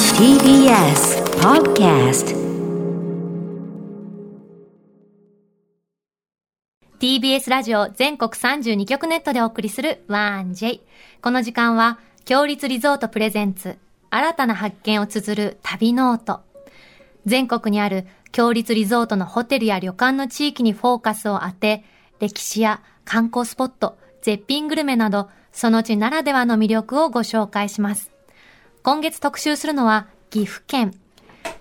TBS Podcast TBS ラジオ全国32局ネットでお送りする 1J。この時間は、強立リゾートプレゼンツ、新たな発見を綴る旅ノート。全国にある強立リゾートのホテルや旅館の地域にフォーカスを当て、歴史や観光スポット、絶品グルメなど、その地ならではの魅力をご紹介します。今月特集するのは岐阜県。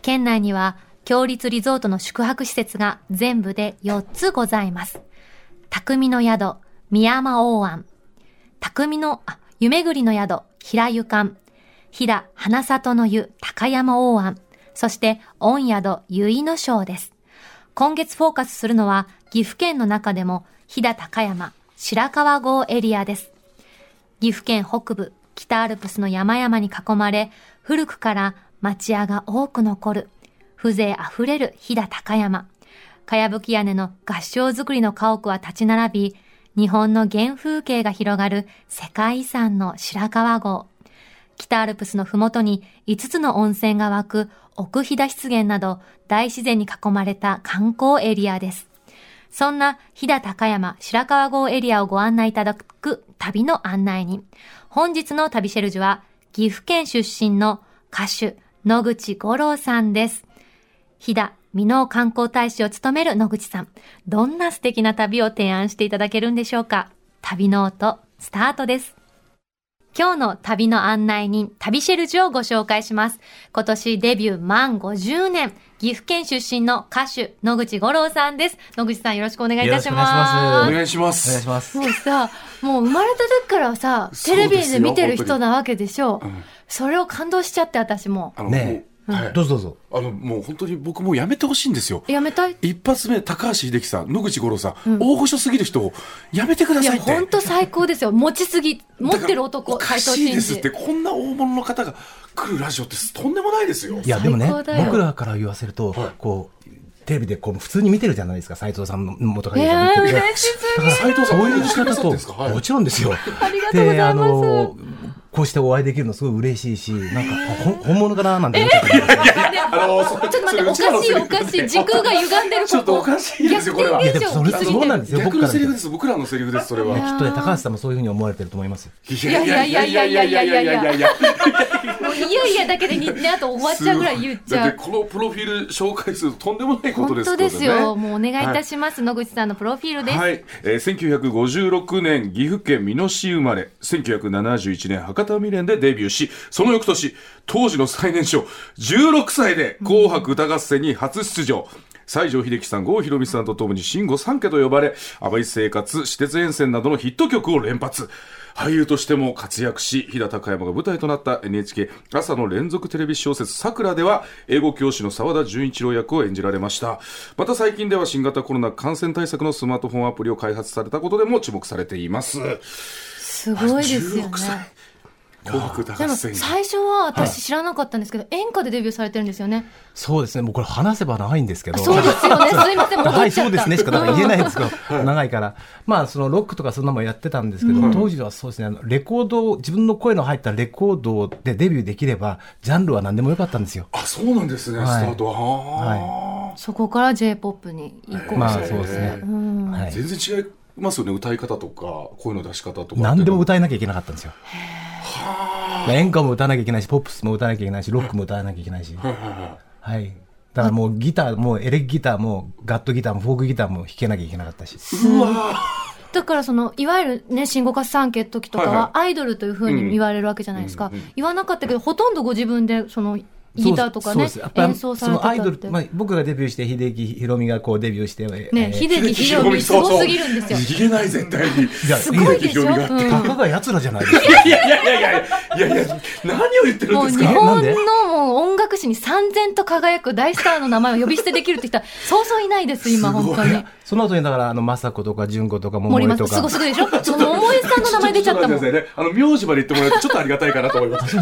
県内には、強立リゾートの宿泊施設が全部で4つございます。匠の宿、宮山王庵。匠の、あ、夢ぐりの宿、平湯館。平、花里の湯、高山王庵。そして、御宿、結衣の章です。今月フォーカスするのは、岐阜県の中でも、飛騨高山、白川郷エリアです。岐阜県北部、北アルプスの山々に囲まれ、古くから町屋が多く残る、風情あふれる飛騨高山。かやぶき屋根の合掌造りの家屋は立ち並び、日本の原風景が広がる世界遺産の白川郷。北アルプスのふもとに5つの温泉が湧く奥飛騨湿原など大自然に囲まれた観光エリアです。そんな飛騨高山白川郷エリアをご案内いただく旅の案内人。本日の旅シェルジュは岐阜県出身の歌手野口五郎さんです。飛騨美濃観光大使を務める野口さん。どんな素敵な旅を提案していただけるんでしょうか旅ノート、スタートです。今日の旅の案内人、旅シェルジュをご紹介します。今年デビュー満50年、岐阜県出身の歌手、野口五郎さんです。野口さんよろしくお願いいたしま。よろしくお願いしますすお願いしおま願いしす。もうます。さ、もう生まれた時からさ、そテレうですよビで見てる人なわけでしょう。んそれを感動しちゃって、私も。あの、ねもう、はいどうぞどうぞ。あの、もう本当に僕もうやめてほしいんですよ。やめたい一発目、高橋秀樹さん、野口五郎さん、大御所すぎる人をやめてくだいさや、いって。ほんと最高ですよ。持ちすぎ、持だからってる男、おか斎しいで藤すっ慎て、二。こんな大物の方が来るラジオってとんでもないですよ。いや、でもね最高だよ、僕らから言わせると、こう、テレビでこう普通に見てるじゃないですか、斎藤さんの元い彼や女ー、見てる。嬉しすぎだから斉藤さんそういう応援してくださってんですと、かはいもちろんですよ。ありがとうございますで、あの、こうしてお会いできるのすごい嬉しいし、なんか、ほん本物かななんて思っちゃって。あの、ちょっちょっと待って、おかしい、おかしい。時空が歪んでる、ちょっとおここ。かしいですよ、これは。逆転いでや、でもそれそうなんですよ、逆僕のからセリ見フてです、僕らのセリフです、それきは。っとね、高橋さんもそういうふうに思われてると思いますよ。いやいやいやいやいやいやいやいやいやいもういやいやだけでに、ね、あと終わっちゃうぐらい言っちゃだっうて。このプロフィール紹介するととんでもないこと本です当けどでね。すよ。もうお願いいたします。野口さんのプロフィールです。はい、えー、1956年岐阜県美濃市生まれ1971年博多未練でデビューしその翌年当時の最年少16歳で「紅白歌合戦」に初出場、西城秀樹さん、郷ひろみさんとともに慎吾三家と呼ばれ、甘い生活、私鉄沿線などのヒット曲を連発。俳優としても活躍し、飛騨高山が舞台となった NHK 朝の連続テレビ小説さくらでは、英語教師の沢田純一郎役を演じられました。また最近では新型コロナ感染対策のスマートフォンアプリを開発されたことでも注目されています。すごいですよね16。歳。紅白歌で合も戦。最初は私知らなかったんですけど、演歌でデビューされてるんですよね。そうですね、もうこれ話せばないんですけど。そうですよね。すいません、戻っちゃった。はい、そうですね、しかだから言えないですけど、長いから。まあ、そのロックとかそんなもんやってたんですけど、当時はそうですね、あのレコードを、自分の声の入ったレコードでデビューできれば、ジャンルは何でもよかったんですよ。あ、そうなんですね、はいスタートは。はそこから J-POP に移行して、まあ、そうですね。うんはい。全然違いますよね、歌い方とか、声の出し方とか。何でも歌えなきゃいけなかったんですよ。演歌も歌わなきゃいけないし、ポップスも歌わなきゃいけないし、ロックも歌わなきゃいけないし。はい。だからもうギターもエレキギターもガットギターもフォークギターも弾けなきゃいけなかったし。うわだからそのいわゆるね新五月三家の時とかはいははアイドルというふうに言われるわけじゃないですか、言わなかったけどほとんどご自分でそのギターとかねそうですそうですやっぱり演奏されてたそのアイドっルて、、まあ、僕がデビューして、秀樹ひろみがこうデビューして、えーね秀樹ひろみすそうそうごすぎるんですよ言えない、絶対に。じゃあすごい秀でしょ、秀樹ひろみがあっ樹うんたかが奴らじゃないですか。いやいやいやいやいやいやいや、何を言ってるもうんです日かえなん本でのもう音楽史に三千と輝く大スターの名前を呼び捨てできるって人はそうそういないです今本当にその後にだから、あの、雅子とか、純子とか、桃森江松とすかご、すごいでしょその桃江さんの名前出ちゃったもんちょっと待ってくださいね。あの、名字まで言ってもらえてちょっとありがたいかなと思います。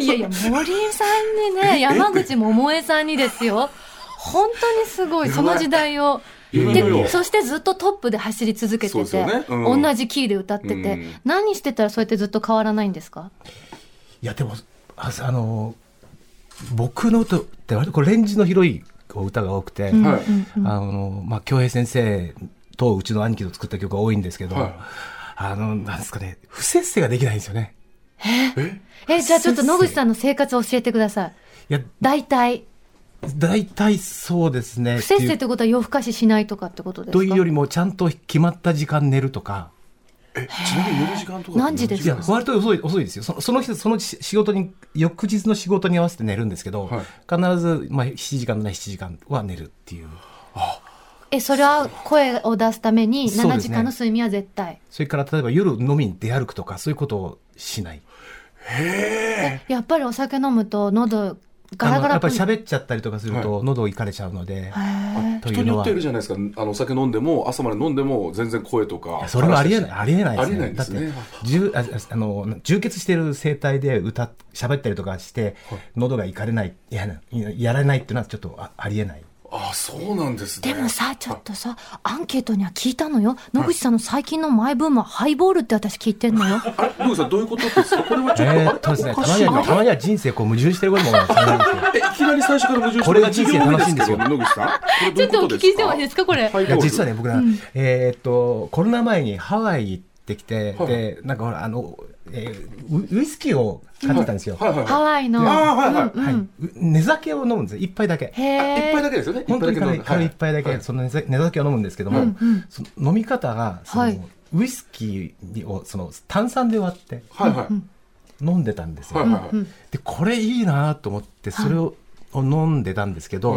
いやいや、森井さんにね、山口百恵さんにですよ。本当にすごい、その時代を。夢のようで、そしてずっとトップで走り続けそうてですて、よねうん同じキーで歌ってて、うん何してたらそうやってずっと変わらないんですかいや、でも、ああの、僕の歌って割とこうレンジの広い歌が多くて、はいあのまあ京平先生とうちの兄貴と作った曲が多いんですけど、はいあのなんですかね不節制ができないんですよね。ええ、じゃあちょっと野口さんの生活を教えてください。いや大体、大体そうですね。不節制っっていてことは夜更かししないとかってことですうかというよりもちゃんと決まった時間寝るとか。えちなみに寝る時間とかって何時ですいかや割と遅い遅いですよそのその日その仕仕事に翌日の仕事に合わせて寝るんですけど、はい必ず、まあ、7時間ない7時間は寝るっていうえ、それは声を出すためにそう7です時ね間の睡眠は絶対。それから例えば夜飲みに出歩くとかそういうことをしないへえやっぱりお酒飲むと喉ガラガあのやラっぱり喋っちゃったりとかすると喉いかれちゃうので、へーとい人うにのよっはているじゃないですかあのお酒飲んでも朝まで飲んでも全然声といかやそれはありえない話ありえないであすりえねないんですねだってじゅうああの充血してる声帯で歌っ喋ったりとかして、喉がいかれないやらやられないっていうのはちょっとあありえないあそうなんですねでもさ、ちょっとさ、アンケートには聞いたのよ。野口さんの最近のマイブームはハイボールって私聞いてんのよ。あれ野口さんどういうことですかこれはちえょっと、ーっとですね、おたかましにいなは、たまには人生こう矛盾してることもあるんですよ。えいきなり最初から矛盾してこれが人生楽しいんですよ野口さんこれどういうことですかか、これハイいボーやル実はね僕ら、えーっとコロナ前にハワイ行ってきて、はいでなんかほらあの、えーウウイスキーを買ってきたんですよ、はいはいはいハワイの。あーはいはいうんうんう寝酒を飲むんですよ一杯だけへ一杯え。だけですよね。本当に一軽い杯だけの軽い一杯だけ、はいその寝酒寝酒を飲むんですけども、うんうんその飲み方がその、はいウイスキーをその炭酸で割ってはいはい飲んでたんですよ、はいはいはい。でこれいいなと思ってそれを、飲んでたんですけど、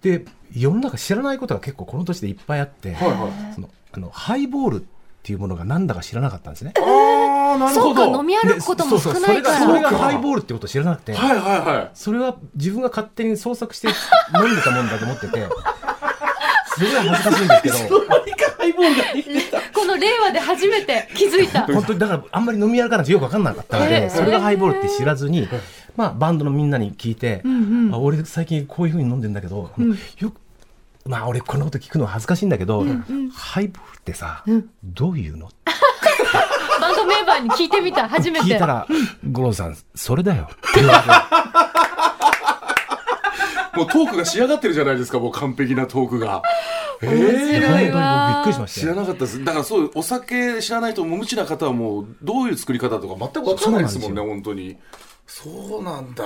で世の中知らないことが結構この年でいっぱいあって、はいはいそのあのハイボールっていうものがなんだか知らなかったんですね。ああなるそほうか、ど。飲み歩くこともでそ少うそうないかそら。れがそれがハイボールってことを知らなくて、はいはいはい。それは自分が勝手に創作して飲んでたもんだと思ってて、すごい恥ずかしいんです けど、この令和で初めて気づい た。本当にだからあんまり飲み歩かなくてよく分かんなかったのええで、それがハイボールって知らずに、まあバンドのみんなに聞いて、あ俺最近こういう風に飲んでんだけど、あのよくまあ俺こんなこと聞くの恥ずかしいんだけど、ハイボールってさ、どういうのバンドメンバーに聞いてみた、初め聞いてた。ら、五郎さん、それだよ。って言われてもうトークが仕上がってるじゃないですか。もう完璧なトークが。 ええ。白い本当わに僕びっくりしまし知たらよ。なかったです。だからそうお酒知らないと無知な方はもうどういう作り方とか全くわからないですもんねそ本当に。そうなんだ。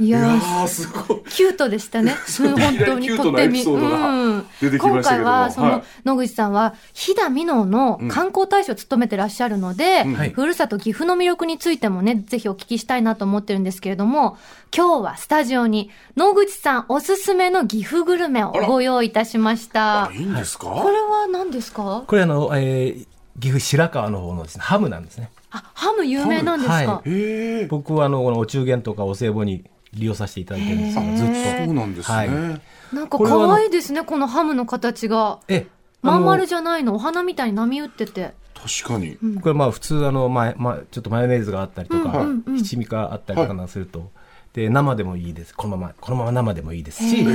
いいややーーすごい。キュートでしたね。 そううん本当にキューとトっなてエピみ。ソードがうん出てきま今し回たけれどもは、そはのい、野口さんは、飛騨美濃の観光大使を務めてらっしゃるので、はいふるさと岐阜の魅力についてもね、ぜひお聞きしたいなと思ってるんですけれども、今日はスタジオに、野口さんおすすめの岐阜グルメをあらご用意いたしました。いいんですか。これは何ですかこれあの、えー岐阜白川の方のですね、ハムなんですね。あ、ハム有名なんですハムかはええ。僕はあの、このお中元とかお歳暮に利用させていただいてるんですけど、ずっと。そうなんですはね。なんかこれはあの可愛いですね、このハムの形が。ええ、まん丸あじゃないの、お花みたいに波打って て。確かに。のこれまあ普通あの、まあ、まあ、ちょっとマヨネーズがあったりとか、うん七味があったりとかなんかすると、で、生でもいいです。このまま、このまま生でもいいですし、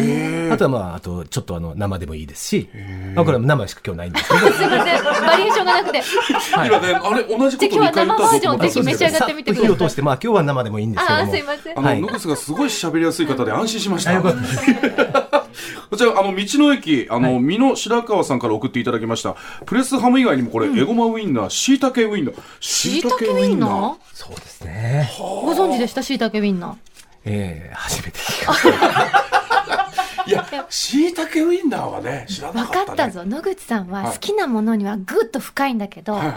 あとはまあ、あと、ちょっとあの、生でもいいですし、まあこれは生しか今日ないんですけど、すいません、バリエーションがなくて。はい今ねあれ同じことじゃあ今日は2回言った生バージョンとぜひ思召し上がってみてくださいさっと火を通して、まあ今日は生でもいいんですけどあも。ー、すいませんはあ。の、いノブスがすごい喋りやすい方で安心しましあた。よこかっ ちら、あの、道の駅、あの、美濃白川さんから送っていただきました。プレスハム以外にもこれ、エゴマウインナー、椎茸ウインナー。しい椎たけウインナーそうですね。ご存知でしたしいたけウインナー。ええ初めて聞きましいや、椎茸ウインナーはね、知らな分かかっ、ったね。たぞ。野口さんは好きなものにはぐっと深いんだけど、はい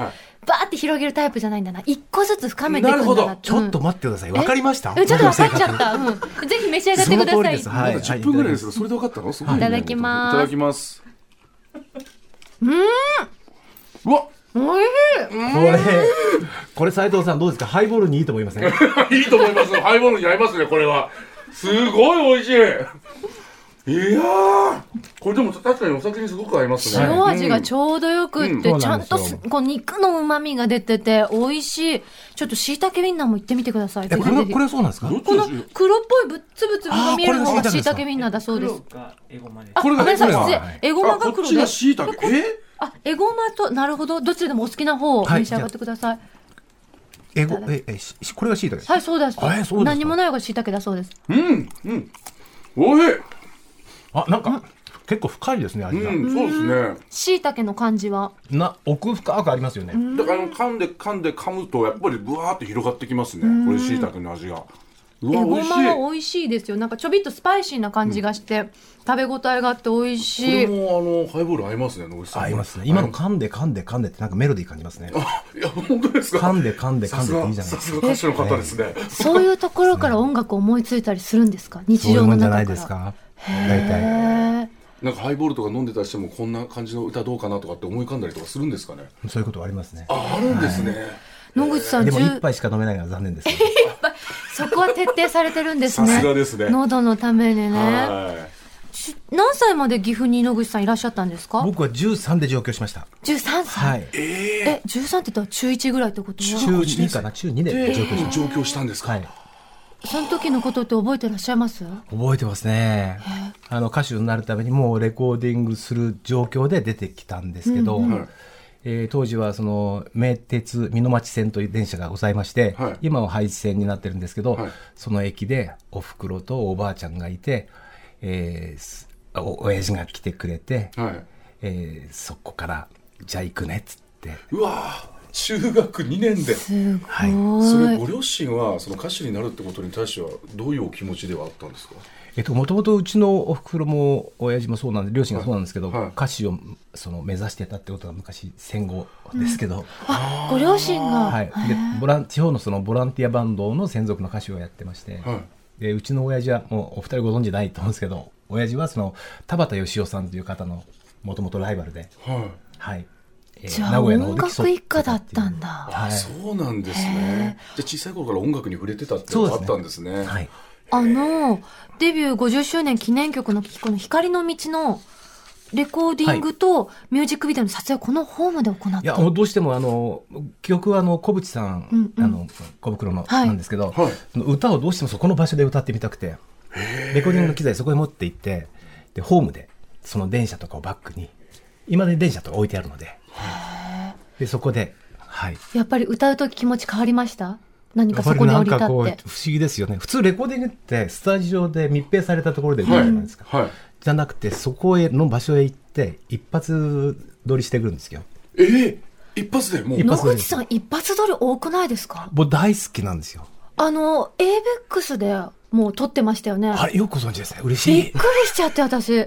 バはーって広げるタイプじゃないんだな。一個ずつ深めていくんだなるなほどうんちょっと待ってください。わかりましたうんちょっと分かっちゃった。うん。ぜひ召し上がってくだその通さりい。ですまはいだ10分ぐらいですけど、それで分かったのすごいね。いただきますいただきます。うん。うわおいしいこれ、これ斉藤さんどうですかハイボールにいいと思いません、ね、 いいと思います。ハイボールに合いますね、これは。すごい美味しい。いやー、これでも確かにお酒にすごく合いますね。塩味がちょうどよくって、うんちゃんとすそうなんですこう肉の旨味が出てて、美味しい。ちょっとしいたけウインナーも行ってみてください。ぜえひこぜれはひこれはそうなんですかどっこちのの塩黒っぽいぶっつぶつぶが見えるのあーこれががしい椎た茸ですかけウインナーだそうです。がエゴマです。これごめんなさい、が失ね礼。エゴマがあこっ黒ちでがす。椎茸えあ、エゴマと、なるほど。どっちでもお好きな方をはい召し上がってください。英語ええししこれがしいたけはい、そうです。あえそうですか何もないが椎茸だそうです。おいしいあなんか結構深いですね味が、うん、そうですね。椎茸の感じは。な奥深くありますよね、だからあの噛んで噛んで噛むとやっぱりブワーって広がってきますね。これ椎茸の味が。うえわご美味しまい。は美味しいですよ。なんかちょびっとスパイシーな感じがして、食べ応えがあって美味こしれい。もあのハイボール合いますね。野口さん合いますね今のあ噛んで噛んで噛んでってなんかメロディー感じますね いや本当ですか。噛んで噛んで噛さんすでってがいいじゃないさですすかが歌手の方ですね。そういうところから音楽思いついたりするんですか日そうい常うものんじゃ中なかいですら。か大体へえなんかハイボールとか飲んでたりしてもこんな感じの歌どうかなとかって思い浮かんだりとかするんですかね。そういうことはありますねああるんですね。野口さん、で十も一杯しか飲めないのは残念ですねそこは徹底されてるんですね。さすがですね喉のためにね。はち何歳まで岐阜に野口さんいらっしゃったんですか僕は13で上京しました十三歳、はいえ、十三って言ったら中一ぐらいってこと中2かな中2い。でで上京しまし上京したんですたはかい。その時のことって覚えてらっしゃいます覚えてますねあの歌手になるためにもうレコーディングする状況で出てきたんですけど、んはいえー当時はその名鉄美濃町線という電車がございまして、はい今は廃線になってるんですけど、はいその駅でおふくろとおばあちゃんがいて、えーすお親父が来てくれて、はい。えーそこから「じゃあ行くね」っつってうわー中学2年で。すごい。はいそれご両親はその歌手になるってことに対してはどういうお気持ちではあったんですかえっと、もともとうちのおふくろも親父もそうなんで両親がそうなんですけど、はいはい歌手をその目指してたってことが昔戦後ですけど、あご両親が、はい、でボラン地方のそのボランティアバンドの専属の歌手をやってまして、はでうちの親父はもうお二人ご存知ないと思うんですけど親父はその田畑義雄さんという方のもともとライバルで、はいはいえーじゃあ名古屋の音楽一家だったんだはあい、そうなんですねじゃあ小さい頃から音楽に触れてたっていうのがあったんですねはい、あのデビュー50周年記念曲のこの光の道のレコーディングとミュージックビデオの撮影をこのホームで行った。いやもうどうしてもあの記憶はあの小渕さん、うんうんあの小袋の、はいなんですけど、はい歌をどうしてもそこの場所で歌ってみたくてレコーディングの機材そこへ持って行ってでホームでその電車とかをバックに今で電車とか置いてあるのででそこではいやっぱり歌うとき気持ち変わりました何かそこに降り立やっぱりなんかこうっ不て思。議ですよね普通レコーディングってスタジオで密閉されたところで歌うじゃないですか、はいじゃなくてそこへの場所へ行って一発撮りしてくるんですよえー一発でもう一野発撮り口さん一発撮り多くないですか僕大好きなんですよあの、ABEX でもう撮ってましたよね。あれよくご存知ですね嬉しびいっくりしちゃって、私。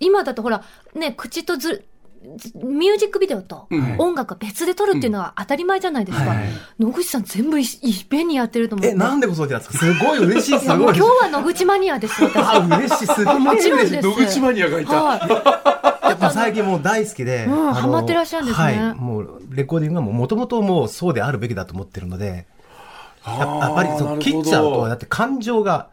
今だとほら、ね、口とず、ずミュージックビデオとうん音楽が別で撮るっていうのは当たり前じゃないですかはい。野口さん全部いいっぺんにやってると思う。え、なんでご存知なんですかすごい嬉しい、い すやもうごい。今日は野口マニアです。私 あ、嬉しい、すごい。もちろんです野口マニアがいたはやっぱ最近もう大好きで。うんあのハマってらっしゃるんですねはい。もう、レコーディングはもともともうそうであるべきだと思ってるので、やあーやっぱりそなのる切ほっどちゃうと、だって感情が、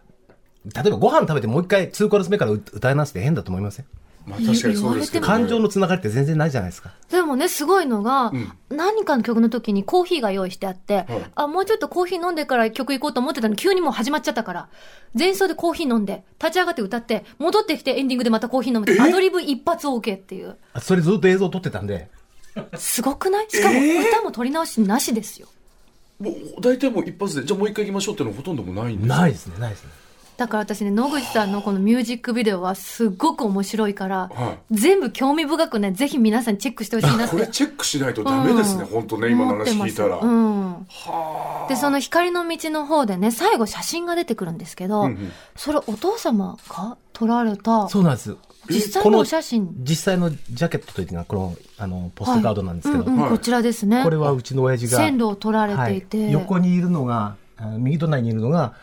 例えばご飯食べてもう一回2コーラス目から歌い直すって変だと思いませんまあ確かにそうですけどね感情のつながりって全然ないじゃないですか。い。でもね、すごいのがん、何かの曲の時にコーヒーが用意してあって、あ、もうちょっとコーヒー飲んでから曲行こうと思ってたのに急にもう始まっちゃったから、前奏でコーヒー飲んで、立ち上がって歌って、戻ってきてエンディングでまたコーヒー飲むってアドリブ一発 OK っていう。あそれずっと映像を撮ってたんで、すごくないしかも歌も取り直しなしですよ。もう大体もう一発でじゃあもう一回行きましょうっていうのほとんどもうないんですないですね、ないですね。だから私ね、野口さんのこのミュージックビデオはすごく面白いから、は全部興味深くね、ぜひ皆さんチェックしてほしいなって。これチェックしないとダメですねうん本当ね今の話聞いたら思ってますうん、で、その光の道の方でね、最後写真が出てくるんですけど、うんうんそれお父様が撮られた、そうなんです。実際のお写こ真。の実際のジャケットというのは、この、あの、ポストカードなんですけはど、いうんうんはいこちらですね。これはうちの親父が。線路を撮られていて。はい、横にいるのがあ右隣にいるのが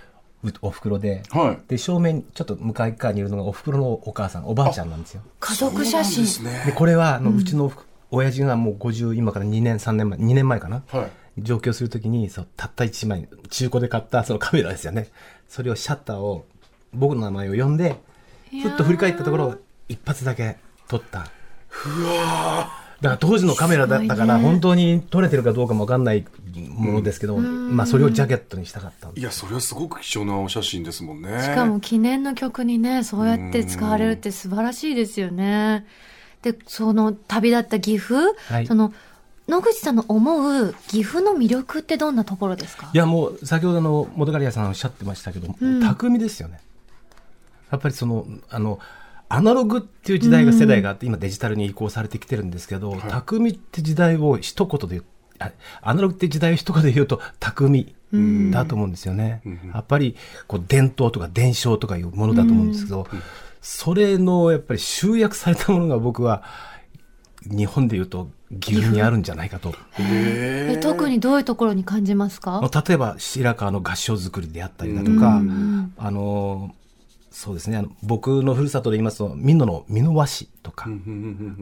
うおふくろで,、はいで正面ちょっと向かい側にいるのがおふくろのお母さんおばあちゃんなんですよ家族写真。そうなんですでねこれはあの、うちのおふ親父がもう50今から2年3年前2年前かな、はい上京するときにそうたった1枚中古で買ったそのカメラですよねそれをシャッターを僕の名前を呼んでふっと振り返ったところ一発だけ撮っただから当時のカメラだったから本当に撮れてるかどうかも分かんないものですけど、まあ、それをジャケットにしたかったんでいやそれはすごく貴重なお写真ですもんねしかも記念の曲にね、そうやって使われるって素晴らしいですよね。で、その旅立った岐阜、はいその野口さんの思う岐阜の魅力ってどんなところですかいやもう先ほどの本刈谷さんおっしゃってましたけど、ん巧みですよねやっぱりそのあのアナログっていう時代が世代があって、今デジタルに移行されてきてるんですけど、巧みって時代を一言で言うあアナログって時代を一言で言うと巧みだと思うんですよね、やっぱりこう伝統とか伝承とかいうものだと思うんですけど、それのやっぱり集約されたものが僕は日本で言うと岐阜にあるんじゃないか と。え特にどういうところに感じますまかあ、例えば白川の合掌造りであったりだとか、あのそうですねあの僕のふるさとで言いますと美濃の美濃和紙とか、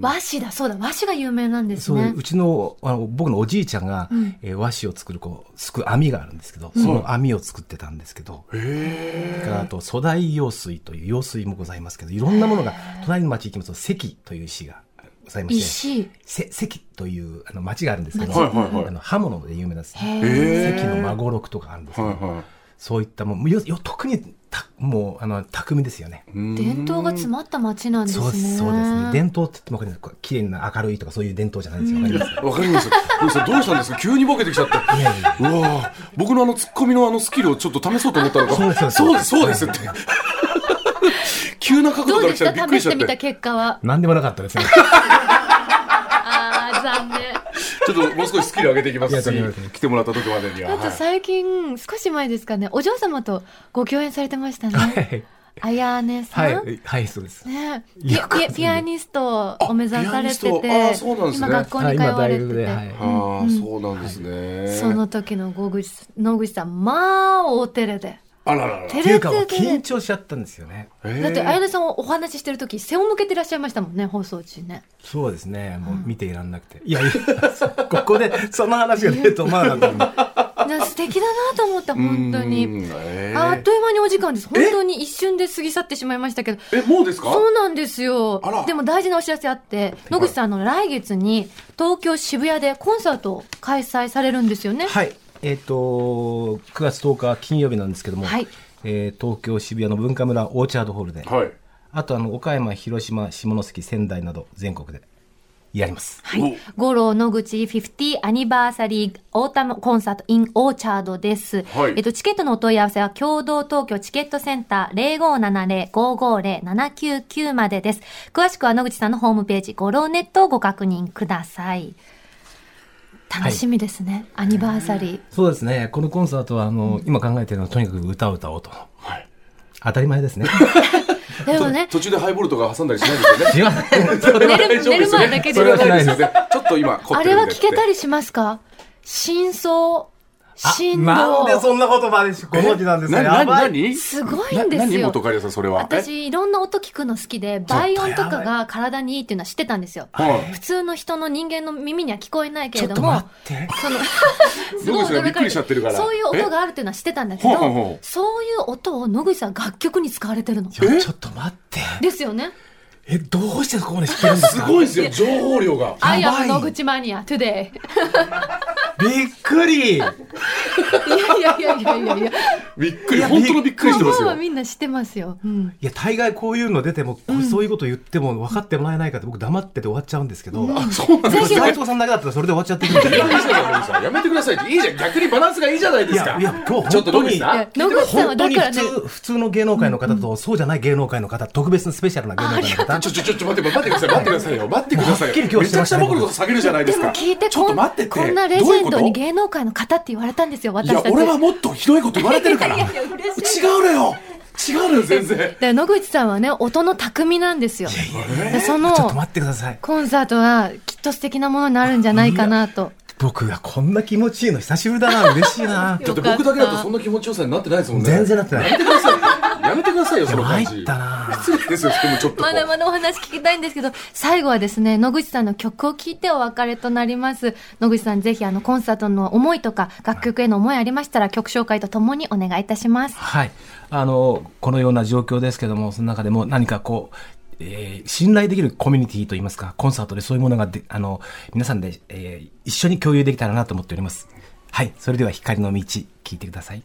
和紙だそうだ和紙が有名なんですそういうねうちのあの僕のおじいちゃんが、えー和紙を作るこうすく網があるんですけど、その網を作ってたんですけど、それからあと粗大用水という用水もございますけどいろんなものが隣の町行きますと関という石がございまして石せ関というあの町があるんですけど、はいはいはいあの刃物で有名なんです、へ関の孫六とかあるんですけど、はいはそういったもうよよ特にたもうあの巧みですよね。いうん伝統が詰まった町なんですねそうですそうですね。伝統って言ってもわかります。こう綺麗な明るいとかそういう伝統じゃないですよ。わかります。わかりますよ。でもさどうしたんですか急にボケてきちゃって。いやいやうわぁ僕のあのツッコミのあのスキルをちょっと試そうと思ったのか。そうですそそううで、ですすそうですって。急な角ど度うからで来したらたびっくり試ししちゃてっみたて。結果はなんでもなかったですね。あー残 念ちょっともう少しスキル上げていきまいす。や次とんでもないです来てもらった時までには。あとはい最近少し前ですかねお嬢様とご共演されてましたはねいあやねさん、はいはいそうです。ね、いピやピ ピアニストを目指されてあピアニてストあそうなんです今ね学校はにい通今われて大学て、ではい。ああ、そうなんですね。その時の野口さん野口さんまあ大照れであらららら。照っていれうかもうて緊て張しちゃったんですよね。えーだってあやねさんをお話ししてる時背を向けてらっしゃいましたもんね放送中ねそうですね。もう見ていらんなくて。いやいや ここでその話が出ると思わなかったんで。な素敵だなと思った本当うにんえーあっという間にお時間です本当に一瞬で過ぎ去ってしまいましたけどえ、もうですかそうなんですよあら。でも大事なお知らせあって、野口さんあの来月に東京渋谷でコンサートを開催されるんですよね。はい。えっ、と、9月10日金曜日なんですけども、はいえー東京渋谷の文化村オーチャードホールで、はい。あとあの岡山、広島、下関、仙台など全国でやります。お五郎野口50アニバーサリーオータムコンサート in オーチャードです。はいえっと、チケットのお問い合わせは共同東京チケットセンター0570-550-799までです。詳しくは野口さんのホームページ、五郎ネットをご確認ください。楽しみですね。アニバーサリー。そうですね。このコンサートは、あの、今考えてるのは、とにかく歌を歌おうと。はい当たり前です ね。でもね、途中でハイボールとか挟んだりしないですよね。すいません寝る寝る前だけでそれはないですよそれね。ちょっと今、凝っあてれるはんで聞けたりしますか真相、振動。んな言葉でご存知なんなになになにすごいんですよな何元カリアさんそれは。え私、いろんな音聞くの好きで、倍音とかが体にいいっていうのは知ってたんですよ。はい。普通の人の人間の耳には聞こえないけちれょっどとも待、って。その、野口さんがびっくりしちゃってるからそういう音があるっていうのは知ってたんだけえほうほうほど、うそういう音を野口さん楽曲に使われてるの。ちょちょっと待って。ですよね。え、どうしてここまで知ってるんですすかごいですよ、情報量が。アイやばアいム野口マニア、トゥデイ。びっく りいやいやいやいやいや。びっくり、いや本当のびっくりしてままあすまあよ。みんな知ってますよ。うん。いや、大概こういうの出ても、こうそういうこと言っても分かってもらえないかって僕黙ってて終わっちゃうんですけど、あそうなんです斉ね。藤さんだけだったらそれで終わっちゃってるんですよ。やめてくださいっていいじゃん逆にバランスがいいじゃないでいすかや、いや、今日ちょ本っと当野口に。さんいや野口さんは本当だにから普ね、通、普通の芸能界の方と、そうじゃない芸能界の方、特別なスペシャルな芸能界の方。ちょちょちょちょ待って待ってください待ってくださいよ待ってくださいはっきり今よ日しめてちゃましたねくちゃ僕のこと下げるじゃないでですもか聞いてちょっことん待ってってこんなレジェンドどういにうこ芸能界の方って言われたんですよとい私やたち俺はもっとひどいこと言われてるからい違やういや嬉しいのよ違うのよ全然で野口さんはね音の巧みなんですよでそのちょっと待ってください。コンサートはきっと素敵なものになるんじゃないかなと僕がこんな気持ちいいの久しぶりだな、嬉しいな。だって僕だけだとそんな気持ちよさになってないですもんね全然なってないやめてくださいやめてくださいよその参感じったな。失礼ですよでもちょっと こまうだまだお話聞きたいんですけど最後はですね野口さんの曲を聴いてお別れとなります野口さんぜひあのコンサートの思いとか楽曲への思いありましたら曲紹介とともにお願いいたしますはい。あの、このような状況ですけども、その中でも何かこう、えー信頼できるコミュニティといいますか、コンサートでそういうものがで、あの、皆さんで、えー一緒に共有できたらなと思っております。はい。それでは光の道、聞いてください。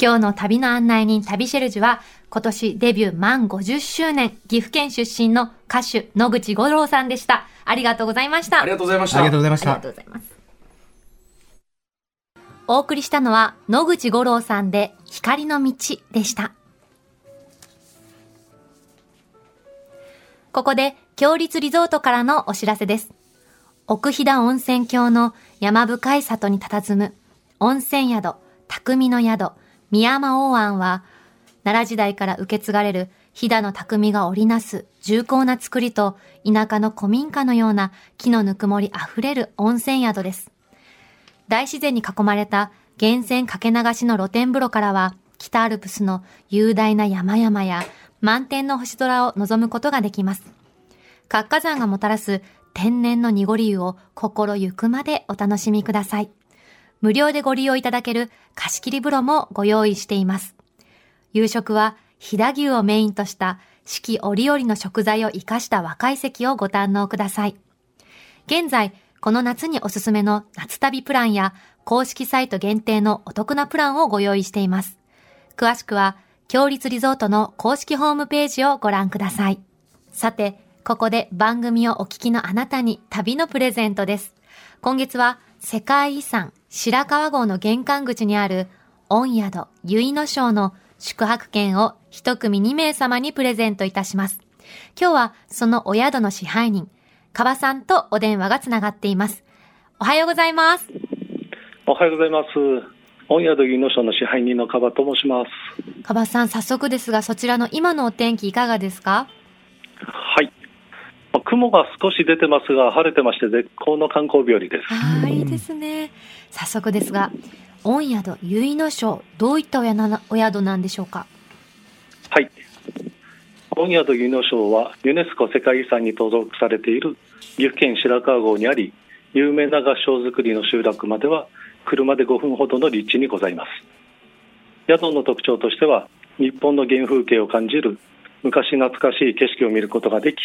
今日の旅の案内人、旅シェルジュは、今年デビュー満50周年、岐阜県出身の歌手、野口五郎さんでした。ありがとうございました。ありがとうございましあたりがとうございましありたがと。うございます。お送りしたのは野口五郎さんで光の道でした。ここで、強立リゾートからのお知らせです。奥飛騨温泉郷の山深い里に佇む温泉宿、匠の宿、宮山大庵は、奈良時代から受け継がれる飛騨の匠が織りなす重厚な造りと田舎の古民家のような木のぬくもりあふれる温泉宿です。大自然に囲まれた源泉かけ流しの露天風呂からは、北アルプスの雄大な山々や満天の星空を望むことができます。活火山がもたらす天然の濁り湯を心ゆくまでお楽しみください。無料でご利用いただける貸し切り風呂もご用意しています。夕食は飛騨牛をメインとした四季折々の食材を活かした和解席をご堪能ください。現在、この夏におすすめの夏旅プランや公式サイト限定のお得なプランをご用意しています。詳しくは、強立リゾートの公式ホームページをご覧ください。さて、ここで番組をお聞きのあなたに旅のプレゼントです。今月は世界遺産白川郷の玄関口にある御宿結野省の宿泊券を一組2名様にプレゼントいたします。今日はそのお宿の支配人、川さんとお電話がつながっています。おはようございます。おはようございます。御宿技能省の支配人のカバと申します。川さん、早速ですが、そちらの今のお天気いかがですかはい。まあ雲が少し出てますが、晴れてまして絶好の観光日和です。ああ、いいですね。早速ですが、御宿結野省、どういったお宿なお宿なんでしょうかはい。御宿技能省はユネスコ世界遺産に登録されている岐阜県白川郷にあり、有名な合掌造りの集落までは車で5分ほどの立地にございます。宿の特徴としては、日本の原風景を感じる昔懐かしい景色を見ることができ、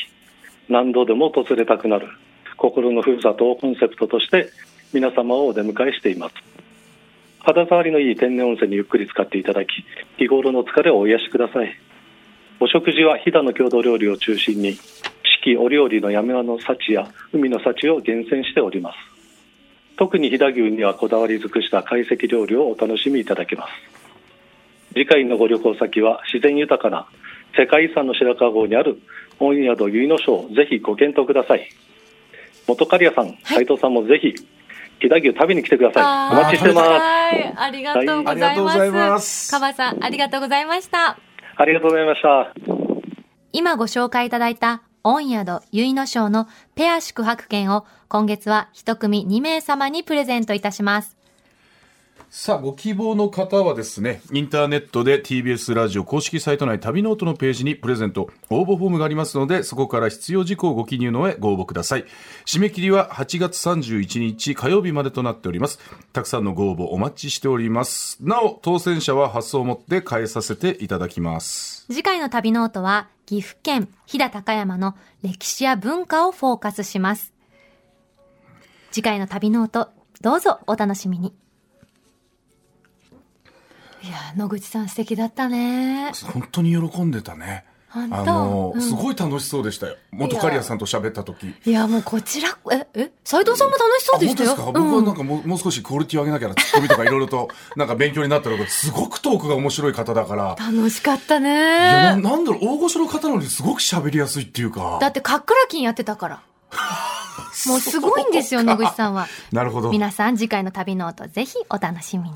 何度でも訪れたくなる心のふるさとをコンセプトとして皆様をお出迎えしています。肌触りのいい天然温泉にゆっくり使っていただき、日頃の疲れをお癒しください。お食事は飛騨の郷土料理を中心に四季折々の山の幸や海の幸を厳選しております特に飛騨牛にはこだわり尽くした懐石料理をお楽しみいただけます次回のご旅行先は自然豊かな世界遺産の白川郷にある御宿結野省をぜひご検討ください本刈谷さんはい斉藤さんもぜひ飛騨牛食べに来てくださいお待ちしてますはい、ありがとうございはいありがとうございま。ますすカバさん、ありがとうございました。ありがとうございました今ご紹介いただいた御宿結野省のペア宿泊券を今月は一組2名様にプレゼントいたします。さあ、ご希望の方はですね、インターネットで TBS ラジオ公式サイト内旅ノートのページにプレゼント、応募フォームがありますので、そこから必要事項をご記入の上ご応募ください。締め切りは8月31日火曜日までとなっております。たくさんのご応募お待ちしております。なお、当選者は発送をもって返させていただきます。次回の旅ノートは岐阜県飛騨高山の歴史や文化をフォーカスします。次回の旅ノート、どうぞお楽しみに。いやー、野口さん素敵だったね。本当に喜んでたね。本当あの、うんすごい楽しそうでしたよ。元カリアさんと喋った時。いや、もうこちら、え、え、斉藤さんも楽しそあうで本した当でよ。すか、僕はなんうんかもうもう少しクオリティを上げなきゃなツッコミとかいろいろとなんか勉強になったけどすごくトークが面白い方だ から、楽しかったいやなね。なんだろう大御所の方なのにすごく喋りやすいっていうかだって、カックラキンやってたから。もうすごいんですよ、野口さんは。 なるほど皆さん、次回の旅ノート、ぜひお楽しみに。